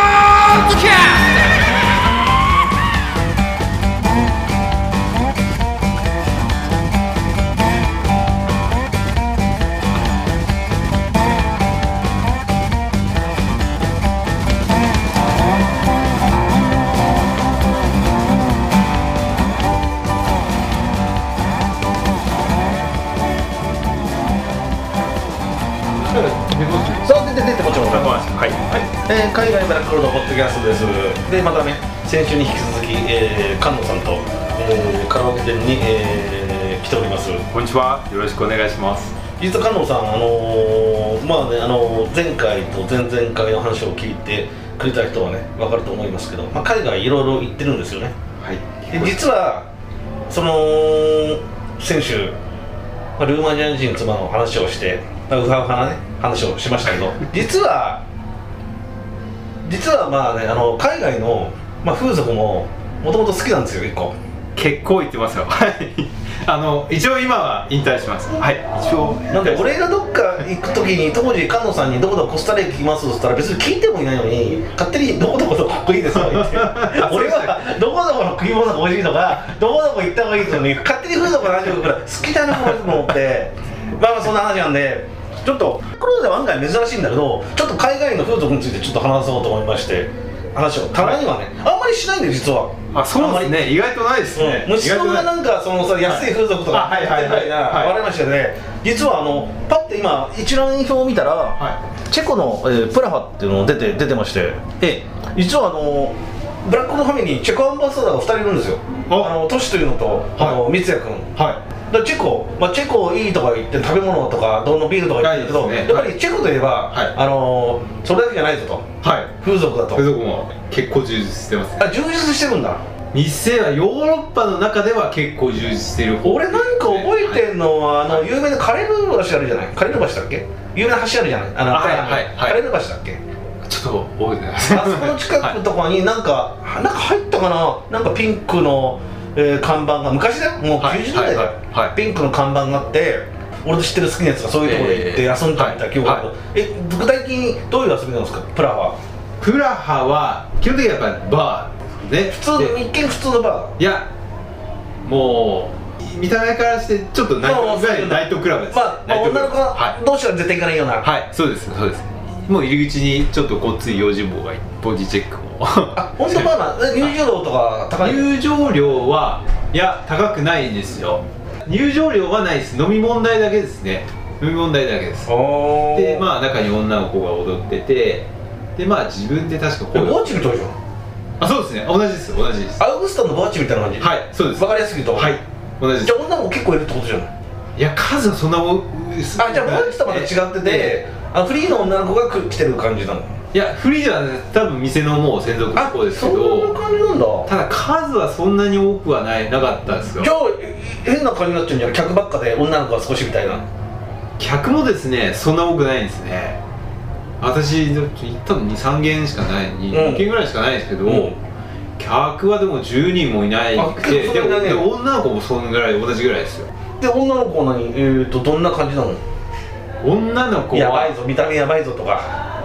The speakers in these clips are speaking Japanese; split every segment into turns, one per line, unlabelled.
ッドキャス
そう出て出てこっちも、
はい、
えー、海外村黒のポッドキャストですでまたね先週に引き続き、えー、菅野さんと、えー、カラオケ店に、えー、来ております
こんにちはよろしくお願いします
実は菅野さんあのー、まあねあのー前回と前々回の話を聞いてくれた人はね分かると思いますけど、まあ、海外いろいろ行ってるんですよね
はい
で実はその先週まあルーマニア人妻の話をしてまあウハウハなね話をしましたけど実は実はまあねあの海外の、まあ、風俗ももともと好きなんですよ一個
結構行ってますよはいあの一応今は引退しますはい一応
なんで俺がどっか行く時に当時菅野さんに「どこどこコスタリカ行きます」っつったら別に聞いてもいないのに勝手に「どこどこのかっこいいです」とか言って俺は「どこどこの食い物が美味しい」とか「どこどこ行った方がいい」って言うのに勝手に風俗の話を聞くから好きだなこれと思ってまあまあそんな話なんでちょっとコロナでは案外珍しいんだけどちょっと海外の風俗についてちょっと話そうと思いまして話をたまにはねあんまりしないんだよ実は。
あそうですね意外とないですね、
うん、虫
意
の
外と
が
な
ないんかそのさ安い風俗とか
はいあはいはいはい
な
はい
笑いましたよね実はあのパッて今一覧表を見たら、
は
チェコの、えープラハっていうの出て出てましてええ実はあのブラックのファミリーチェコアンバサダーが2人いるんですよあ
お
のトシというのと、あの三谷君
は
だからチェコ、まあ、チェコいいとか言って食べ物とかどうのビールとか言ってるけど、
はいですね
やっぱりチェコといえば、
はい
あのそれだけじゃないぞと
いはい
風俗だと
それとこも結構充実してます
あ充実してるんだ
店はヨーロッパの中では結構充実してる方
俺なんか覚えてんのは、あの
はい
有名なカレル橋あるじゃないカレル橋だっけ有名な橋あるじゃないあの、
あはいはいはい
カレル橋だっ け
ちょっと覚えてないです
あそこの近くとかになんか、なんか入ったかななんかピンクの、えー看板が昔だよもう
はい
90年代だよ、
はいはいはい
ピンクの看板があって俺と知ってる好きなやつがそういうところで行って遊んだみたいな記憶がある
はい
え具体的にどういう遊びなんですかプラは
プラハは基本的にやっぱりバーね
普通の
で
一見普通のバー
いやもう見た目からしてちょっとナイ
まあ
トいわゆるナイトクラブです、
まあ、
ナイトク
女
ラ
の
ブ
子
はい
同士は絶対行かないような、
はいそうですそうですもう入り口にちょっとごっつい用心棒がボディチェック
あ
も
本当バーなえ入場料とか高いの
入場料はいや高くないんですよ入場料はないです飲み問題だけですね飲み問題だけです
お
で
あ
まあ中に女の子が踊っててでまあ自分で確か
で
声
バ
を
ーチみたいじゃん
あそうですね同じです同じです
アウグスタンのバーチみたいな感じ
はいそうです
わかりやすく言うと
はい同じです
じゃあ女も結構いるってことじゃない
いや数はそんなもん
あじゃあバーチとまた違ってて、あフリーの女の子が来てる感じなの
いやフリーではね多分店のもう専属
あ
の方ですけ
そんな
ど
感じなんだ
ただ数はそんなに多くはないなかったんですよ
じゃあ変な感じになっちゃうんじゃない客ばっかで女の子が少しみたいな
客もですねそんな多くないんですね私行ったの23軒しかない 2,
うん
軒ぐらいしかないですけど、
うん
客はでも10人もいない
あ
く
結構
て
そ
で
ん
も
なね
でも女の子もそんぐらい同じぐらいですよ
で女の子は何えー、とどんな感じなの
女の子
やばい
は
ぞ見た目やばいぞとか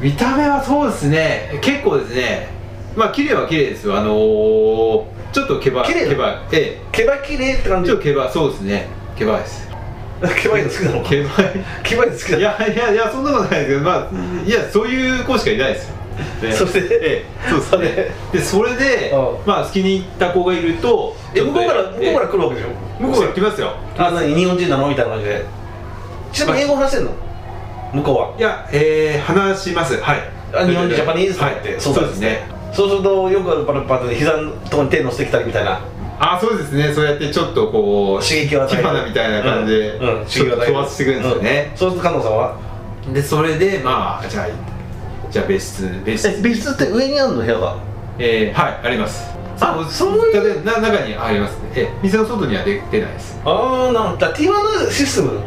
見た目はそうですね結構ですねまあ綺麗は綺麗ですよあのー、ちょっと毛羽
綺麗な
毛羽え
毛羽綺麗って感
え
じ
ちょっと毛羽そうですね毛羽です
毛羽いいの好きなの
毛羽
毛羽いいの好きない
やいやいやそんなことないですけどまあいやそういう子しかいないですよ、ね
それで
ええそうですねでそれで
う
まあ好きに行った子がいると
え向こうから向こうから
え
来るわけでしょ
え向こうから来ますよ
あ、何日本人なのみたいな感じでちなみに英語話せんの向こうはい
やえー、話しますはい
あ日本人ジャパニーズと
は
か
い
言って
そうですね
そうするとよくあるパルパルで膝のとこに手乗せてきたりみたいな
あそうですねそうやってちょっとこう
刺激を与え
火
る
花みたいな感じで、
うんうん
ちょっと飛ばしてくるんですよね
う、そうすると加藤さんは
でそれでまあじゃあじゃあ別室別室
別室って上にあるの部屋が
えー、はいあります
あそういう
だってな中にありますねええ店の外には出出ないです
ああなんだ T1 のシステム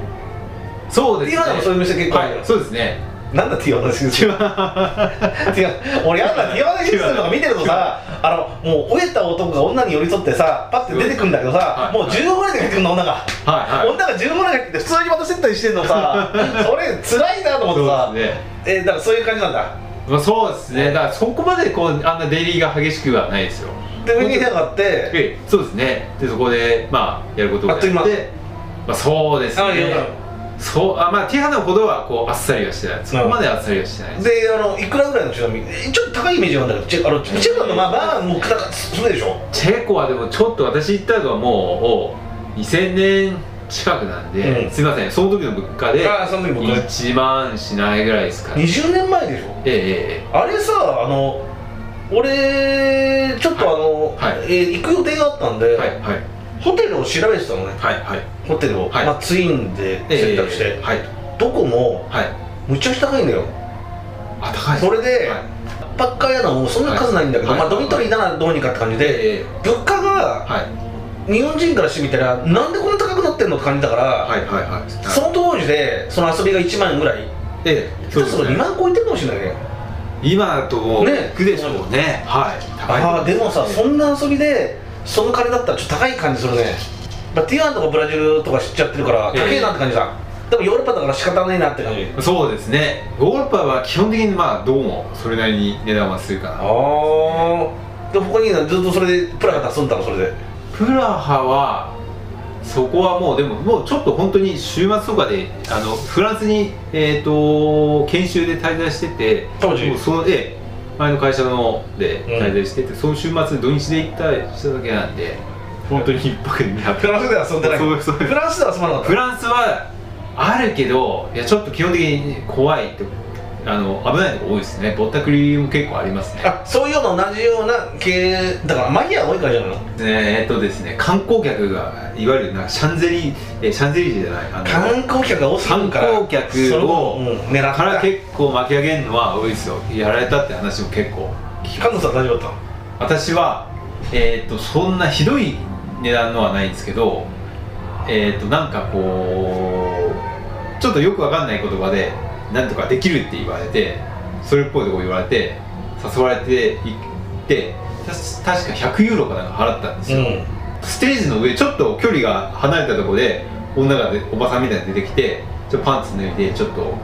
そうですね。
今でもそういう店結構あるよ
はい、そうですね。
なんだ T1 のシステム違う俺やだ T1 のシステムとか見てるとさあのもう老いた男が女に寄り添ってさパッて出てくんだけどさ
はい
もう15ぐらいで入ってくんの女が
はいはい。
女が15ぐらいで入ってきて 普通にまた接待してんのさそれ辛いなと思ってさ
そうですね。
えーだからそういう感じなんだ
まあ、そうですねだからそこまでこうあんな出入りが激しくはないですよ
で上に部屋があって
ええそうですねでそこでまあやることをやって
あっという間
まあ、そうです
あいやい
ね
や
そうあまあティハナほどはこうあっさりはしてないそこまであっさりはしてないです
であのいくらぐらいのちなみにえちょっと高いイメージなんだけどチェあのチェコのまあまあもう高くするでしょ
チェコはでもちょっと私行ったのはもう2000年近くなんで、
うん
すいませんその時の物価で
ああその時僕
1万しないぐらいですかね
20年前でしょ
えええええ
あれさあの俺ちょっとあの、
はいは
えー行く予定があったんで、
えはいはい
ホテルを調べてたのね
はいはい
ホテルを、
はい
まあ、ツインで
ええ
選択して、
はい
どこも
はい
むちゃくちゃ高いんだよ
あ高い
それで、
はい
パッカー屋なのもそんな数ないんだけど、
はい
まあ、ドミトリーならどうにかって感じで、
えええ
物価
え
が
はい
日本人からしてみたらなんでこんな高くなってんのって感じだから、
はいはいはい
その当時でその遊びが1万円ぐらい
ええ
一つ
そう
の
で
2
すね
万超えてるかもしれないね
今だともう
ね
行くでしょうねはい高い
ああでもさそ
ん
んな遊びでその金だったらちょっと高い感じするね、まあ、ティアンとかブラジルとか知っちゃってるから
ええ
高いなって感じだ、でもヨーロッパだから仕方ないなって感じ、
そうですねヨーロッパは基本的にまあどうもそれなりに値段はするか
あ
な
あで他にずっとそれでプラハ出すんだろそれで
プラハはそこはもうでももうちょっと本当に週末とかであのフランスに、えー、と研修で滞在してて
当時
もうそので前の会社ので
うん
滞在してて、その週末土日で行ったりしただけなんで本当に一泊で2
フ
泊
ランスでは遊んでない
そうそう
フランスでは遊ばなかった
フランスはあるけどいやちょっと基本的に怖いってあの危ないとこ多いですねぼったくりも結構ありますね
あそういうの同じような系だからマニアが多いからじゃないの
えーっとですね観光客がいわゆるなんかシャンゼリえーシャンゼリゼじゃないあの
観光客が多すぎるから
観光客を
それうん狙った
か
から
結構巻き上げるのは多いですよやられたって話も結構
菅野さん大丈夫だっ
私はえーっとそんなひどい値段のはないんですけどえーっとなんかこうちょっとよくわかんない言葉でなんとかできるって言われてそれっぽいとこ言われて誘われて行ってたし確か100ユーロかなんか払ったんです
たう
よ、
ん
ステージの上ちょっと距離が離れたとこで女がでおばさんみたいに出てきてちょパンツ脱いでちょっと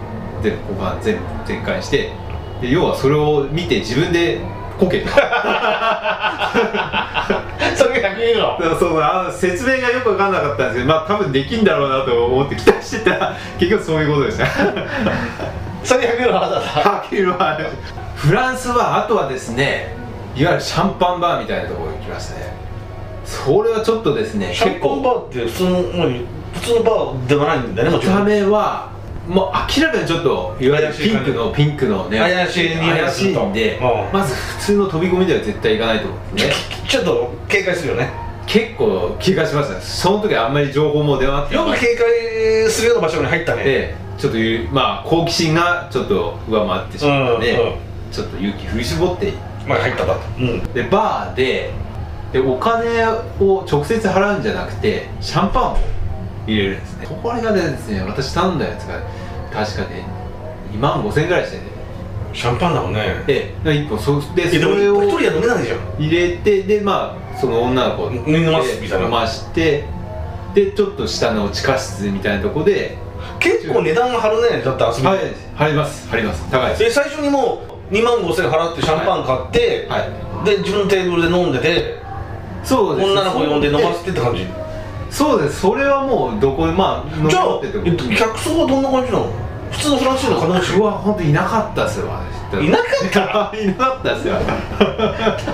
全部股間全部全開してで要はそれを見て自分でこけた
それが100ユーロ
そうあの説明がよく分かんなかったんですけどまあ多分できんだろうなと思って期待してた ら結局そういうことで した
それが100ユーロだった
はっきりはフランスはあとはですねいわゆるシャンパンバーみたいなところに行きましたねそれはちょっとですね
シャンパンバーって普通の何普通のバーではないんだよねも
見
ちろん
た目はもう明らかにちょっといわゆ
怪
る
しい
ピン
感じ
クのピンクのね
怪しい匂いが
怪
す
し
る
い
と
んで
うん
まず普通の飛び込みでは絶対いかないと思うんですね
ちょっと警戒するよね
結構警戒しましたねその時あんまり情報も出なくて
よく警戒するような場所に入ったね
でちょっとゆまあ好奇心がちょっと上回ってしまったので、
うんうん
ちょっと勇気振り絞って
まあ入ったわうん
でバーででお金を直接払うんじゃなくてシャンパンを入れるんですねこれがですね私頼んだやつが確かね2万5000円ぐらいしてて、
シャンパンだもんね
で1本そで
えで
そ
も
れ
一人
を
じゃ飲めないじゃん
入れてでまあその女の子
飲みますみたいな
飲ましてでちょっと下の地下室みたいなとこで
結構値段が張るねだって遊び
は
に
い入ります入ります高いです
で最初にもう2万5000円払ってシャンパン買って、
はい
で自分のテーブルで飲んでて
そうです
女の子呼んで飲ませてって感じ
そうですそれはもうどこでまあ飲み
じゃ
物
あ
ってとこ
えっと客層はどんな感じなの普通のフランス人の金持ち
うわ本当いなかったっすよ私
いなかった
いなかったっすよ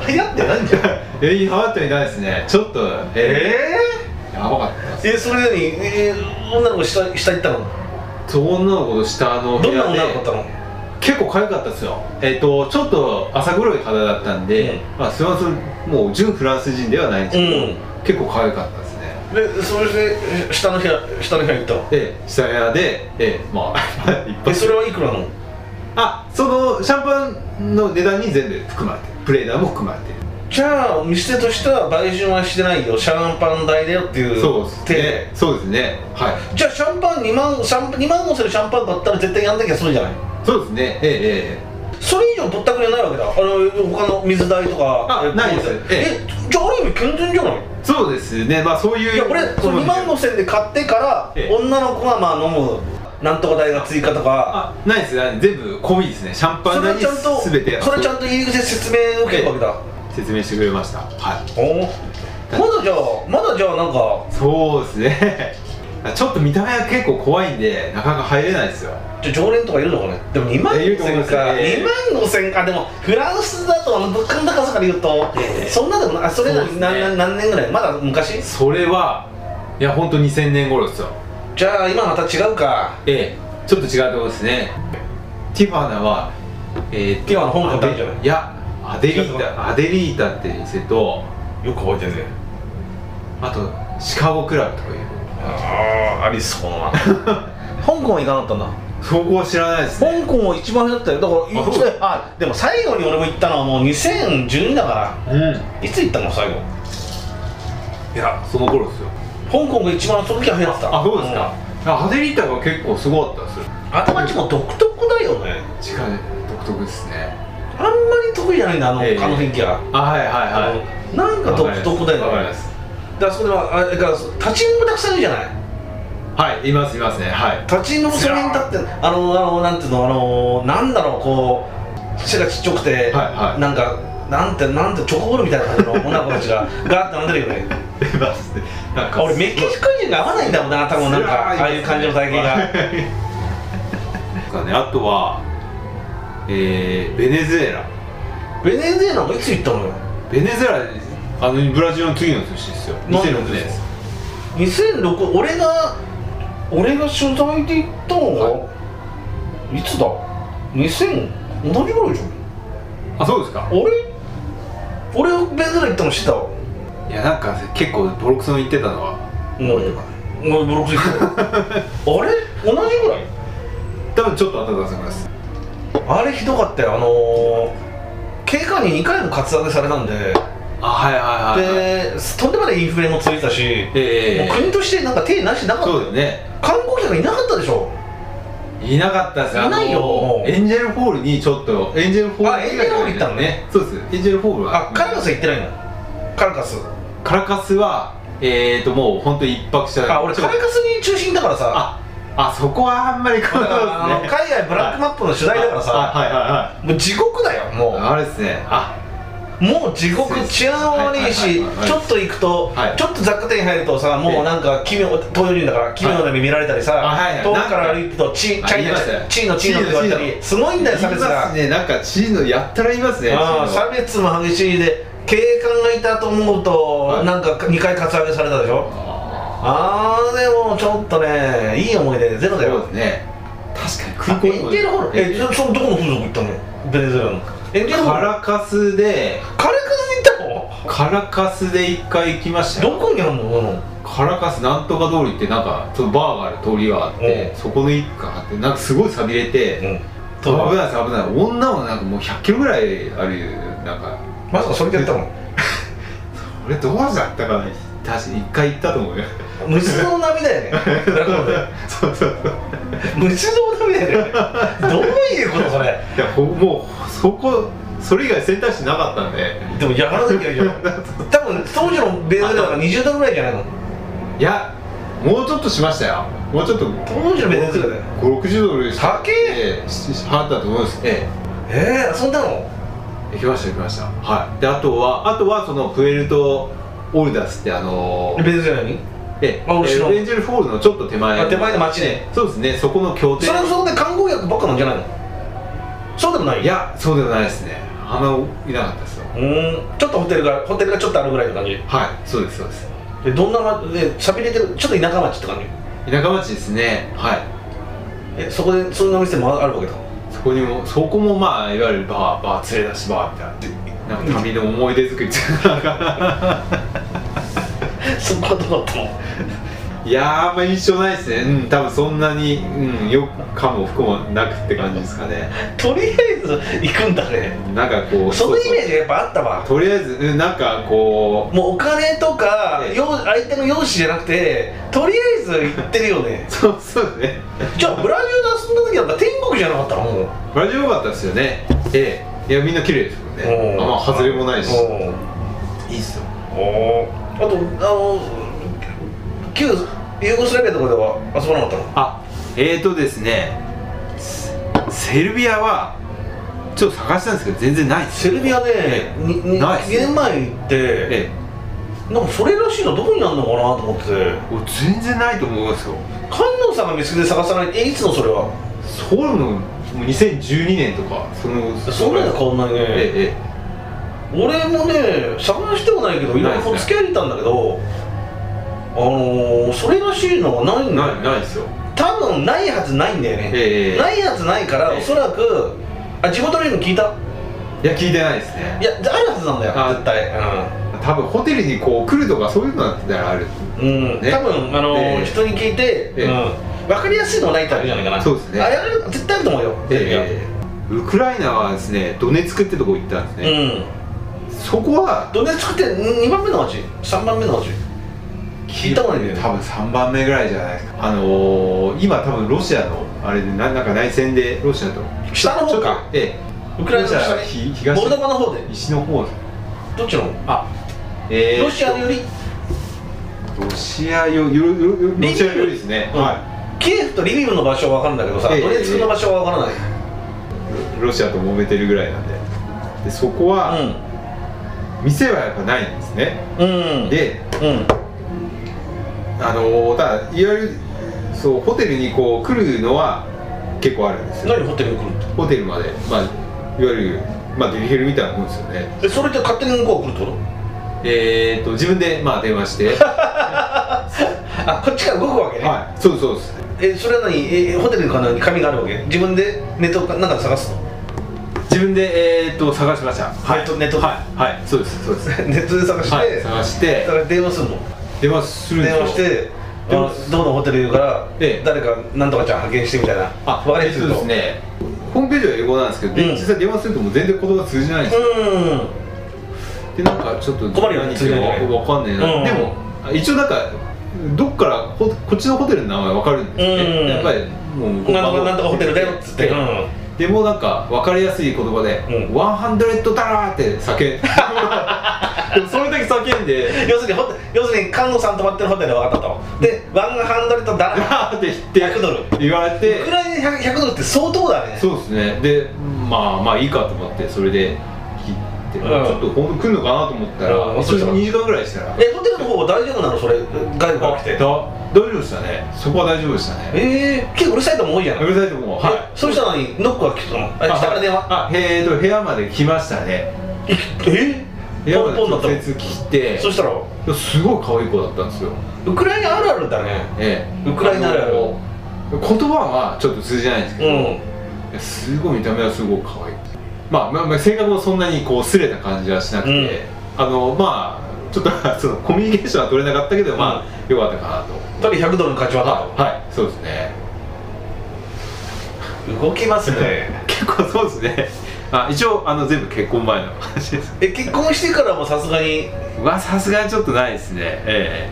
流行ってないんじゃん
えいなかったいないですねちょっとえー、やばかったっす
えそれなのに、えー女の子下下行ったの
女の子と下の部
どんな
屋で
女の子だっ
結構痒かったですよえっ、とちょっと浅黒い肌だったんで、まあすみませんもう純フランス人ではないんですけど、
うん
結構可愛かったですね
たのでそれでえ下の部屋下の部屋行ったの
で下部屋でえーまあ 一
え
発
それはいくらなの
あそのシャンパンの値段に全部含まれてるプレーダーも含まれてる
じゃあ店としては売春はしてないよシャンパン代だよっていう
そうです
手
ねそうですねはい
じゃあシャンパン2万シャンパン2万もするシャンパン買ったら絶対やんなきゃそうじゃない
そうですねええええ
それ以上ぼったくりはないわけだあの他の水代とか
あ
え
ないです
え
え
じゃあある意味健全じゃない
そうですねまあそういう
いや俺その2万
の
5000円で買ってから
ええ
女の子がまあ飲むなんとか代が追加とか
あないですないです全部込みですねシャンパ
そ
ン代
れ
に
ちゃんとそ
全て
れちゃんと入り口で説明受けるわけだ
説明してくれましたはい
おおまだじゃあまだじゃあなんか
そうですね ちょっと見た目が結構怖いんでなかなか入れないですよ
じゃあ常連とかいるのかねでも2万
いやいると思い
5000
ます
か
え
2
え
万5000かでもフランスだとあの物価の高さから言うと
ええ
そんなでもないあそれな
そうですね
なな何年ぐらいまだ昔
それはいや本当2000年頃ですよ
じゃあ今また違うか
ええちょっと違うところですねティファナは、えー、
ティファナ香港だったんじゃない
いやアデリータアデリータっていう店と
よく覚えてるね
あとシカゴクラブとかいう
ああありそうな
香港は行かなかったんだ
そこは知らないですね
香港は一番上だったよだからい
あ
つ
そう
あでも最後に俺も行ったのはもう2012だか
うん
らいつ行ったの最後
いや
その頃ですよ
香港が一番その時は流行ってた
あそうですか、アデリータが結構すごかったで
うん
す
頭ちも独特だよね
近い独特ですね
あんまり得意じゃないんだあの,、
ええ
あの雰囲気は、
あはいはいは
あ
い
のなんか独特だよね
わかります
だからそこではあだから立ちんぼたくさんいるじゃない
はいいますいますねはい
立ちんぼもその辺立ってあのあのなんていうのあのなんだろうこう背がちっちゃくて、
はいはい
なんかなんてなんてチョコボールみたいな感じの女の子たちが ガーッて飲んでるよね
いますねなんか
俺メキシコ人が合わないんだもんな多分なんかああいう感じの体型が
が。ね、あとは、えーベネズエラ。
ベネズエラもいつ行ったのよ
ベネズエラ、あのブラジルの次の年ですよ。
なんで
2006年です。
2006俺が俺が取材で行ったのが、、
はい
つだ2000何ぐらいじゃん
あ、そうですか。
俺俺ベネズエラ行ったの知ってたわ
いや、なんか結構ボロクソに言ってたのは
も
覚
う
えてます。
もうブロック行 ったあれ同じぐらい
多分ちょっと後だと思います。
あれひどかったよあのー、警官に2回もカツアゲされたんで
あ、はいはいはいはい。
でとんでもないインフレもついたし、
え
もう
ー
国としてなんか手なしなかった
そうだよね。
観光客いなかったでしょ
いなかったです
いないよ
あのエンジェルホールにちょっと、エンジェルホール
あエンジェルホール行ったのね。
そうです。エンジェルホールは。
あカルカス行ってないのカルカス
カラカスは、えーと、もう本当に一泊した
あ俺カルカスに中心だからさ
あ、あそこはあんまりこう
だからあの
ですね。
海外ブラックマップの取材だからさ
はいはいは
もう地獄だよもう
いはい。あれですね。あ、
もう地獄治安は悪いし
はいはいはいはい
ちょっと行くと、
はい
ちょっと雑貨店に入るとさもうなんか奇妙東洋人だから奇妙な目見られたりさ、
あはいはい
遠くから歩いてるとチー
あ
チャイ
言い
ナ
ますね
チーのチーのって言われた
チーのチー
り
の
すごいんだよ差
い
別
ます
が、
ね。なんかチーのやったらいますね。
あー差別も激しいで警官がいたと思うと、
はい
なんか2回カツアゲされたでしょ
あ
あーでもちょっとねいい思い出ゼロ
あ、
だ
そうで
よ
すね。確
あ
かに空港
エンジェルホールえ
え、
そそのどこの風俗行ったのベネズエラのエンジェルホー
カ
ル
ラカスで、
カレーカスに行っ
カラカスで一回行きましたたよ。
のどこにあんのうん
カラカスなんとか通りってなんかちょっとバーがある通りがあって
う、
そこの一家あってなんかすごい錆びれて、
うん
危ないです危ない。女もなんかもう100キロぐらいあるなんか。
まさかそれでやったの
俺どうだったかな確かに一回行ったと思うよ
無数の涙 やねブラックホールで
そうそうそう
無数の涙やねどういうことそれ
いやほもうそこそれ以外選択肢なかったんで
でもやらなきゃいけない多分当時のベースだから20度ぐらいじゃないの
いやもうちょっとしましたよもうちょっと
当時のベースだよ
560ドルで
高え
ええしし払ったと思うんですえ
えー、遊んだの
え行きました行きましたはいであとはあとはそのプエルトオルダスってあの
ベースじゃない
ええ
あ俺知らん
エンジェルフォールのちょっと手前
あ手前の街ね
そうですねそこの協定
それもそこで観光客ばっかなんじゃないのそうでもない
いやそうではないですねあのいなかったですよ
うーんちょっとホテルがホテルがちょっとあるぐらいの感じ
はいそうですそうです
でどんなまでしゃべれてるちょっと田舎町って感じ
田舎町ですねはい
えそこでそんな店もあるわけだ
そこにもそこもまあいわゆるバーバー連れ出しバーみたいななんか旅の思い出作りっていうか
そこはどうだったの
いやーあんま印象ないですねうん多分そんなに、うん、よくかも不幸もなくって感じですかね
とりあえず行くんだね
なんかこう
そのイメー
ジ
ジがやっぱあったわ
とりあえずうんなんかこ
もうお金とか、
ええ
よう相手の容姿じゃなくてとりあえず行ってるよね
うそうそうですね
じゃあブラジルで遊んだ時なんか天国じゃなかったのもう
ブラジル良かったですよねええいやみんな綺麗ですもんね
おー
あまあ外れもないし
おー
いいっすよ
おーあとあの旧ユーゴスラビアとかでは遊ばなかったの
あえーとですねセセルビアはちょっと探したんですけど全然ないです
セルビアね
え、え
にに
ないっす
2年前行って、
え
なんかそれらしいのどこにあるのかなと思ってて、
えお全然ないと思いますよ
観音さんが見つけて探さないえいつのそれは
そういうのもう2012年とかその
そんなに変わんないね、
ええ
俺もね探してもないけどいろいろこう付き合いたんだけど、あのー、それらしいのはない
え
んだよ
ないないですよ
多分ないはずないんだよね、
ええ
ないはずないから、
ええ
おそらくあ地元の人に聞いた
いや聞いてないですね
いやあるはずなんだよ
あ
絶対
多分ホテルにこう来るとかそういうのだったらある
うん、うん
ね
多分あのー
ええ
人に聞いて、
ええ
うん、分かりやすいのはないってあるじゃないかな
そうですね
あれある絶対あると思うよ、
ええウクライナはですねドネツクってとこ行ったんですね、
うん
そこは
ドネツクって2番目の町3番目の町聞いたことないんだよね
多分3番目ぐらいじゃないですかあのー、今多分ロシアのあれでななんか内戦でロシアと
下の
ち
方
ょっと
か
ええ
ウクライナの下
ロシア
ね
ひ東
モルドバの方で
西の方
どっちの
あえー
ロシアより
ロシアよよよよロシアよりですね、は
キエフとリビブの場所は分かるんだけどさ、
ええ
ドネツクの場所は分からない、
いロシアと揉めてるぐらいなんででそこは、店はやっぱないんですね、
うんうん
で
うん
あのーただいわゆるそうホテルにこう来るのは結構あるんですよ
何ホテルに来るって
ホテルまで、まあ、いわゆる、まあ、デリヘルみたいなもんですよね
えそれって勝手に向こうが来るってこと
えー、と自分で、まあ、電話して
あこっちから動くわけね、
はいそうですそうです
えそれは何えホテルの中に紙があるわけ自分でネットかなんかで探すの
自分で、えー、と探しましたはい
ネットネット
はい、はい、そうですそうです、は
ネットで探して、
い、探して
だから電話するの
電話するんです
電
よ
話してあ
電
の
話す
どこのホテルいるから、
ええ
誰かなんとかちゃん派遣してみたいな
あ
分かり
え
や
っ
すい
とですねホームページは英語なんですけど、で
うん
実際電話するともう全然言葉通じないんですよ
う
でなんかちょっと
困るよね
何言ってるかわかんねえな、
うん
でもあ一応なんかどっからほこっちのホテルの名前わかるんですよね、
うん
やっぱりもう
ーんなんとかなんとかホテルだよっつって、うん
でもなんかわかりやすい言葉で
う
「100ダラー」って叫 んでもそれだけ叫んで
要するにホテ要するに菅野さん泊まってるホテルは分かったとでワンハンドレット
「
ダ
ダラ
ラ
ー」って言って
100ドル
言われ
い
て
くら で 100, 100ドルって相当だね
そうですねでまあまあいいかと思ってそれで切って、
うん
ちょっと本当来るのかなと思ったら、
うん
それ2時間ぐらいしたら
えホテルの方は大丈夫なのそれ外部から来て
だ大丈夫でしたねそこは大丈夫でしたね
ええー、結構うるさいとも多いじゃ
う
ない
るさいと思うは
え
い
そうしたらにノックが来たの
あ
あ下から電話
あえーと部屋まで来ましたね
え
部
え
屋
ポ
ま
ン
で
ポンだった
直
の
接来て
そしたら
すごい可愛い子だったんですよ
ウクライナあるあるだね
ええ
ウクライナあるある
あの言葉はちょっと通じないんですけ
う
ど、
ん
すごい見た目はすごく可愛いまあ、まあまあ、性格もそんなにこうすれた感じはしなくて、あのまあちょっと そのコミュニケーションは取れなかったけどまあよかったかなと
とに100ドルの勝ち渡っ
はい、はい、そうですね
たの動きますね
結構そうですね あ一応あの全部結婚前の話です
え結婚してからもさすがに
はさすがにちょっとないですねええ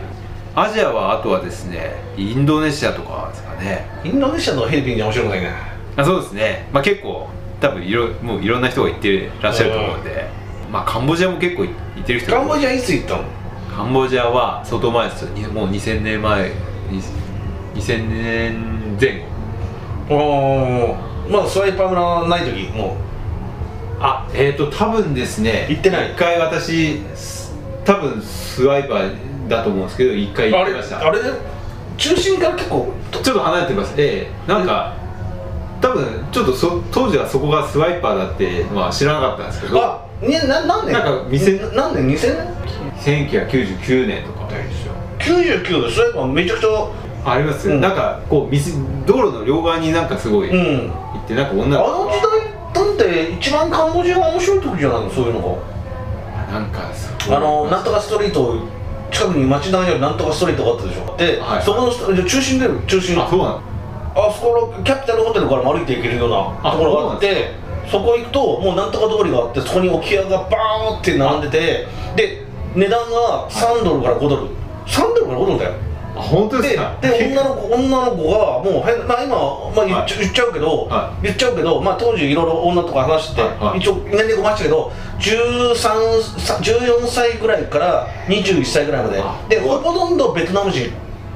アジアはあとはですねインドネシアとかですかね
インドネシアとフィリピンじゃ面白くないね
あそうですねまあ結構多分いろもういろんな人が行ってらっしゃると思うんで、まあカンボジアも結構行ってる人
カンボジ
ア
アいつ行ったの
カンボジアは相当前ですよにもう2000年前に2000年前後
おーまだスワイパー村ない時も
あえっ、ー、と多分ですね
行ってない
一回私す多分スワイパーだと思うんですけど一
う
回行ってました
あれ中心から結構
ちょっと離れてますええなんか多分ちょっとそ当時はそこがスワイパーだって、まあ、知らなかったんですけど
あにな何年
なんか店
な何年2000年
1999年とか
99でそれはめちゃくちゃ
あります、
うん
なんかこう店道路の両側になんかすごい
うん
行って、なんか女
あ
の
の時代だって一番カンボジアが面白い時じゃないのそういうの
なんかすごい
があのなんとかストリート近くに街中にあるなんとかストリートがあったでしょで、
はい
そこのスト中心だよ中心
あそうなん
あそこのキャピタルホテルからも歩いて行けるような
あ
ところがあってそこ行くともうなんとか通りがあってそこに置き屋がバーンって並んでてで値段が3ドルから5ドル、3ドルから5ドルだよ
あ本当ですか
でで女の子女の子がもう変まあ今、まあ、言っちゃ言っちゃうけど、
は
言っちゃうけど、まあ、当時いろいろ女とか話して、
はいはい
一応年齢ごましたけど13さ14歳ぐらいから21歳ぐらいまで
あ
でほとんどベトナム人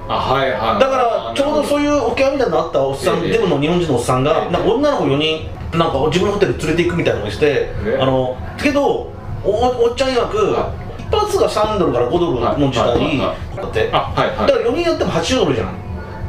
あはいはい
だからちょうどそう
いう
いう沖縄みたいなのあったおっさん、
ええ
デブの日本人のおっさんが、
ええ
なんか女の子4人なんか自分のホテル連れて行くみたいなのをして、
ええ
あのけどおおっちゃん曰く、
は
一発が3ドルから5ドルの時代、
はいはいはい
だって、
あはい
だ
は
から4人やっても8ドルじゃん
い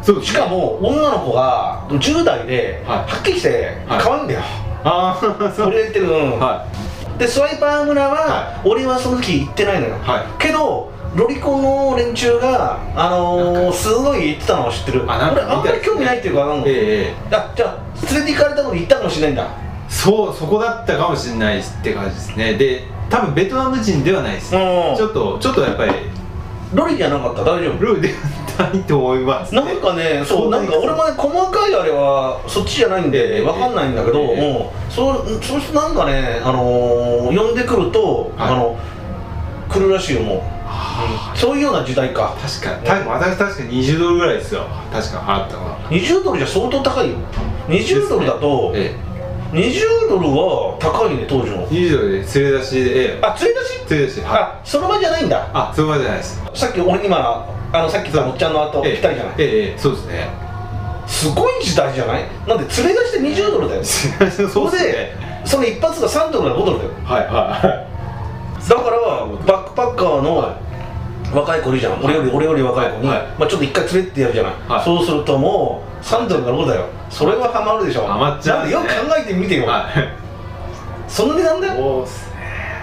そうです
し
ね
かも女の子が10代で
は
はいっきりして
はい
変わんだよ、
ああ そう
俺言ってる、うん
はい
でスワイパー村は
は
俺はその時行ってないのよ、
は
けどロリコンの連中があのー、すごい言ってたのは知ってる
あなん
俺
か
あんまり興味ないっていうかなんか、
ええ
あじゃあ連れて行かれたのに行ったかもしれないんだ
そうそこだったかもしれないって感じですねで多分ベトナム人ではないです、ち
う
ょっとちょっとやっぱり
んロリじゃなかった大丈夫
ルーではないと思います、ね、
なんかねそう
そう
なんか俺もね細かいあれはそっちじゃないんで
ええ
わかんないんだけど、
ええ
うんそうそうするとなんかねあのー、呼んでくると、
はい
あの来るらしいよもう
あ
そういうような時代か
ー確かにた私確か20ドルぐらいですよ確か払ったのは
20ドルじゃ相当高いよ20ドルだと、
え
20ドルは高いね当時の
え20ドルで連れ出しでええ
あ連れ出し
連れ出しはい
あその場じゃないんだ
あそこまでじゃないです
さっき俺今あのさっきのおっちゃんの後
ええ
来たりじゃない
ええええそうです ね
すごい時代じゃないなんで連れ出して20ドルだよ
そうですね
その一発が3ドルから5ドルだよ
はいはい
だからバックパッカーの若い子いるじゃん俺より俺より若い子に、
はい
まあ、ちょっと一回連れてってやるじゃない、
はい
そうするともう3ドルから5だよそれはハマるでしょ
ハマっちゃうね
なんでよく考えてみてよ、
はい
その値段だよ
そうですね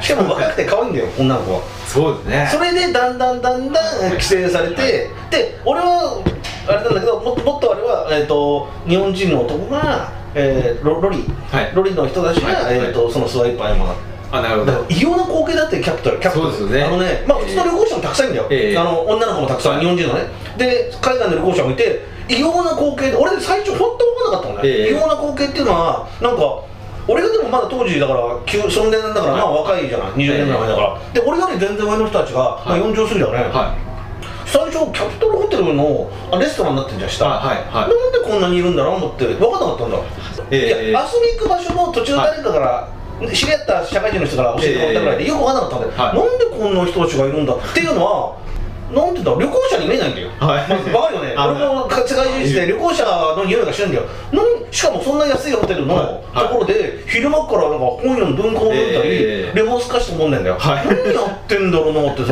しかも若くて可愛いんだよ女の子は
そうですね
それでだんだんだんだん規制されて、
はい
で俺はあれなんだけどもっともっとあれは、えー、と日本人の男が、えーロロリ
はい
ロリの人たちが、
はい
えーとそのスワイパー山だ
あなるほ
だから
ど
異様な光景だってキャプトルキャプトル
そうですよね
あのねまあ
ええ
うちの旅行者もたくさんいるんだよ、
ええ
あの女の子もたくさん、
はい
日本人のねで海外の旅行者もいて異様な光景で俺最初本当分からなかったもんね、
ええ
異様な光景っていうのはなんか俺がでもまだ当時だからきゅうその年代だからまあ若いじゃない20年ぐらい前だから、で俺より全然上の人たちが、
はい
まあ、40過ぎだよね、
はい
最初キャピトルホテルのあレストランになってんじゃん下、
あはい
な
は
ん
い
でこんなにいるんだろうと思って分かんなかったんだ、
ええ
いや遊び行く場所も途中誰かから、知り合った社会人の人から教えてもらったぐらいで、
ええ
よく分かんなかったんだよ、
はい
なんでこんな人たちがいるんだっていうのはなんて言うんだろう旅行者に見えないんだよ
はい
まず分かるよね
あ
俺も世界中して旅行者の匂いがしてるんだよなんしかもそんな安いホテルの
は
と
いはい
ころで昼間からなんか本読んで文庫を読んだり、
ええ
レモンスカッシュと飲んでんだよ、
はい
何やってんだろうなってさ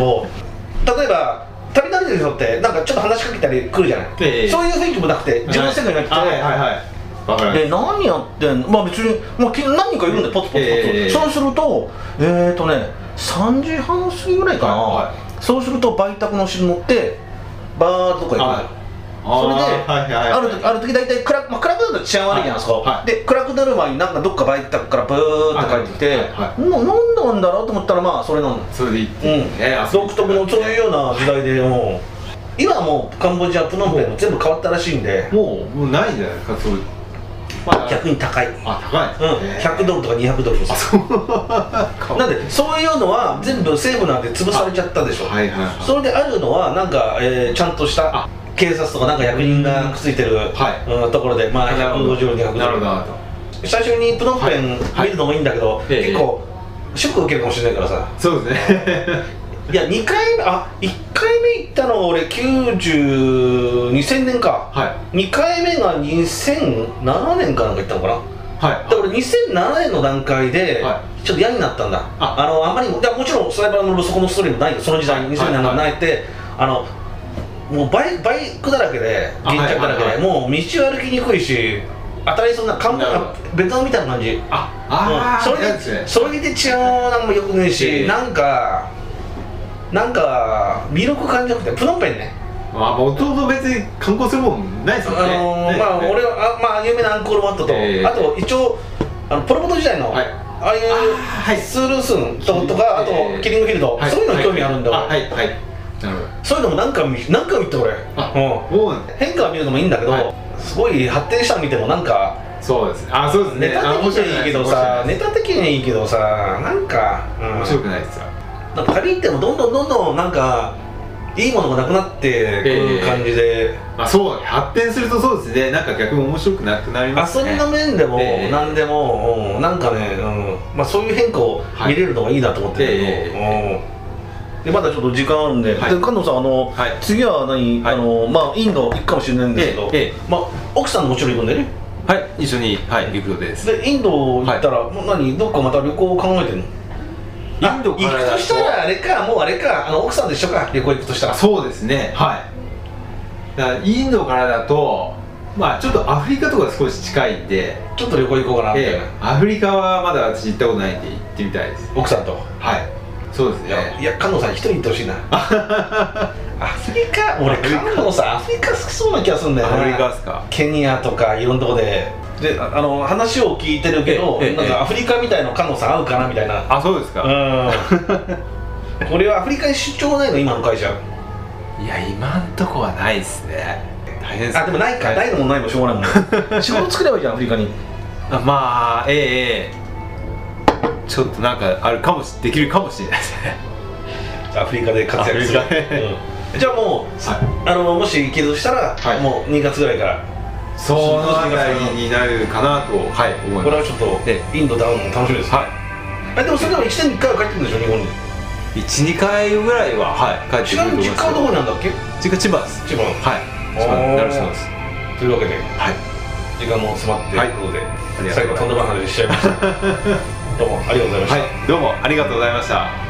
例えば旅慣れてる人ってなんかちょっと話しかけたり来るじゃない、
ええ
そういう雰囲気もなくて自分の世界になってて、
はいはいはいはいわかりま
で何やってんのまあ別に、まあ、き何人かいるんでポツポツポツ、
ええ
そうするとえー、とね3時半過ぎぐらいかな、
はいは
そうすると売卓の後ろに乗ってバーッとか行くのよ
はい
それで
あーはいはいはい
ある時ある時大体暗く、まあ、暗くなると治安悪いじゃないですか、
はい
で暗くなる前になんかどっかバイトからブーッと帰ってきて、
はいは
もう何なんだろうと思ったらまあそれなの
それで行って
うん
ね遊びに
独
行
特のそういう
っ
ような時代でもう今はもうカンボジアプノンペンも全部変わったらしいんで
てもうもうないんじゃないですかそういうまあ
逆に高い、うん、
あ高いですね
100ドルとか200ドルとか
そう
なんでそういうのは全部西部なんて潰されちゃったでしょ、
はいはいはい
それであるのはなんか、えーちゃんとした
あ
警察とかなんか役人がくっついてる、
は
うんところでまあ
なるほど
150ドル200ド
なるほ
ル
どなるほ
最初にプノンペン見るのもいいんだけど、
ええ
結構ショック受けるかもしれないからさ
どそうですね
いや2回目あ1回目行ったのが俺92000年か
は
2回目が2007年かなんか行ったのかない
はい
で俺2007年の段階で
は
ちょっと嫌になったんだ、
あ
あのあんまりもだからもちろんスライバーのロスコのストーリーもないよその時代
はい
2007年
は
の
い
ないって、あのもうバイバイクだらけで
あ
現着だらけで、
はいはいはい
もう道歩きにくいし当たりそうな看板
なる
がベトナムみたいな感じ
ああー
うんそれ
嫌
で
ですね
それで治安なんも良くねえし、
ええ
なんかなんか魅力感じなくてプノンペンね
まあもともと別に観光するもんないです
あ
もんね
のー
ね
まあ俺はあまあ有名なアンコールワットと、
ええ
あと一応あのポル・ポト時代の、
はい
ああい
あー
う
はい
スールースンととかあと
ええ
キリングフィールド、
はい
そういうのに興味あるんだよ、
はいはいはいなるほど
そういうのも何回も見何回も見て俺、
あ
うん
もう
変化は見るのもいいんだけど、
はい
すごい発展したの見てもなんか
そうですねあそうですね
ネタ的にはいいけどさ、ネタ的にはいいけどさなんか、うん
面白くないですよ
なんか旅行ってもどんどんどんどんなんかいいものがなくなってくる感じで、
まあそう発展するとそうですねなんか逆に面白くなくなります
遊
ね
びの面でも
ええ
何でも、うんなんかね、うんまあ、そういう変化を見れるのがいいなと思ってるけど、
ええ
うんでまだちょっと時間あるんで、
はい
で菅野さんあの、
はい
次は何、
はい
あのまあインド行くかもしれないんですけど、
ええええ
まあ奥さんのもちろん行くんでね。
はい一緒にはい行く予定です
でインド行ったら、もう何どっかまた旅行を考えてるの。
インド
あ
か
行
ら
くとしたらあれかもうあれかあの奥さんと一緒か旅行行くとしたら。
そうですねはいだからインドからだとまあちょっとアフリカとか少し近いんで、
ちょっと旅行行こうかなみたい
え
な。
えアフリカはまだ私行ったことないんで行ってみたいです
奥さんと。
はいそうです
いや、
ね
いや菅野さん一人行ってほしいな。 アフリカ、俺菅野さんアフリカ好きそうな気がするんだよな。
アフリカですか
ケニアとかいろんなとこで。で、ああの話を聞いてるけど、
ええええ
なんかアフリカみたいの菅野さん合うかなみたいな。
あそうですか、
うん。 これはアフリカに出張ないの今の会社。
いや今んとこはないですね大変です
あ、でもないか、ないのもないもしょうがないもん。 仕事作ればいいじゃんアフリカに。
あまあええええちょっとなんかあるかもしできるかもしれないですね
アフリカで活躍する
アフリカ。
うんじゃあもう、あのもし行けるとしたら、
はい
もう2月ぐらいから。
そのあたりになるかなとはい思い
これは
ま
ち
す
ょっと
え
インドダウン楽しみです、
は
えでもそれでも1年に1回は帰ってくるんでしょ日本に
い12回ぐらいははい帰って
ち
く
な
る
み
と思
に実家はどこ
います
にあるんだっけ
実家千葉です
千葉の
はい千葉になるそうです
というわけで
はい
時間も迫って
はい
ということで、
りがと
最
うございます
後とんでもない話しちゃいましたどうもありがとうございました、
はいどうもありがとうございました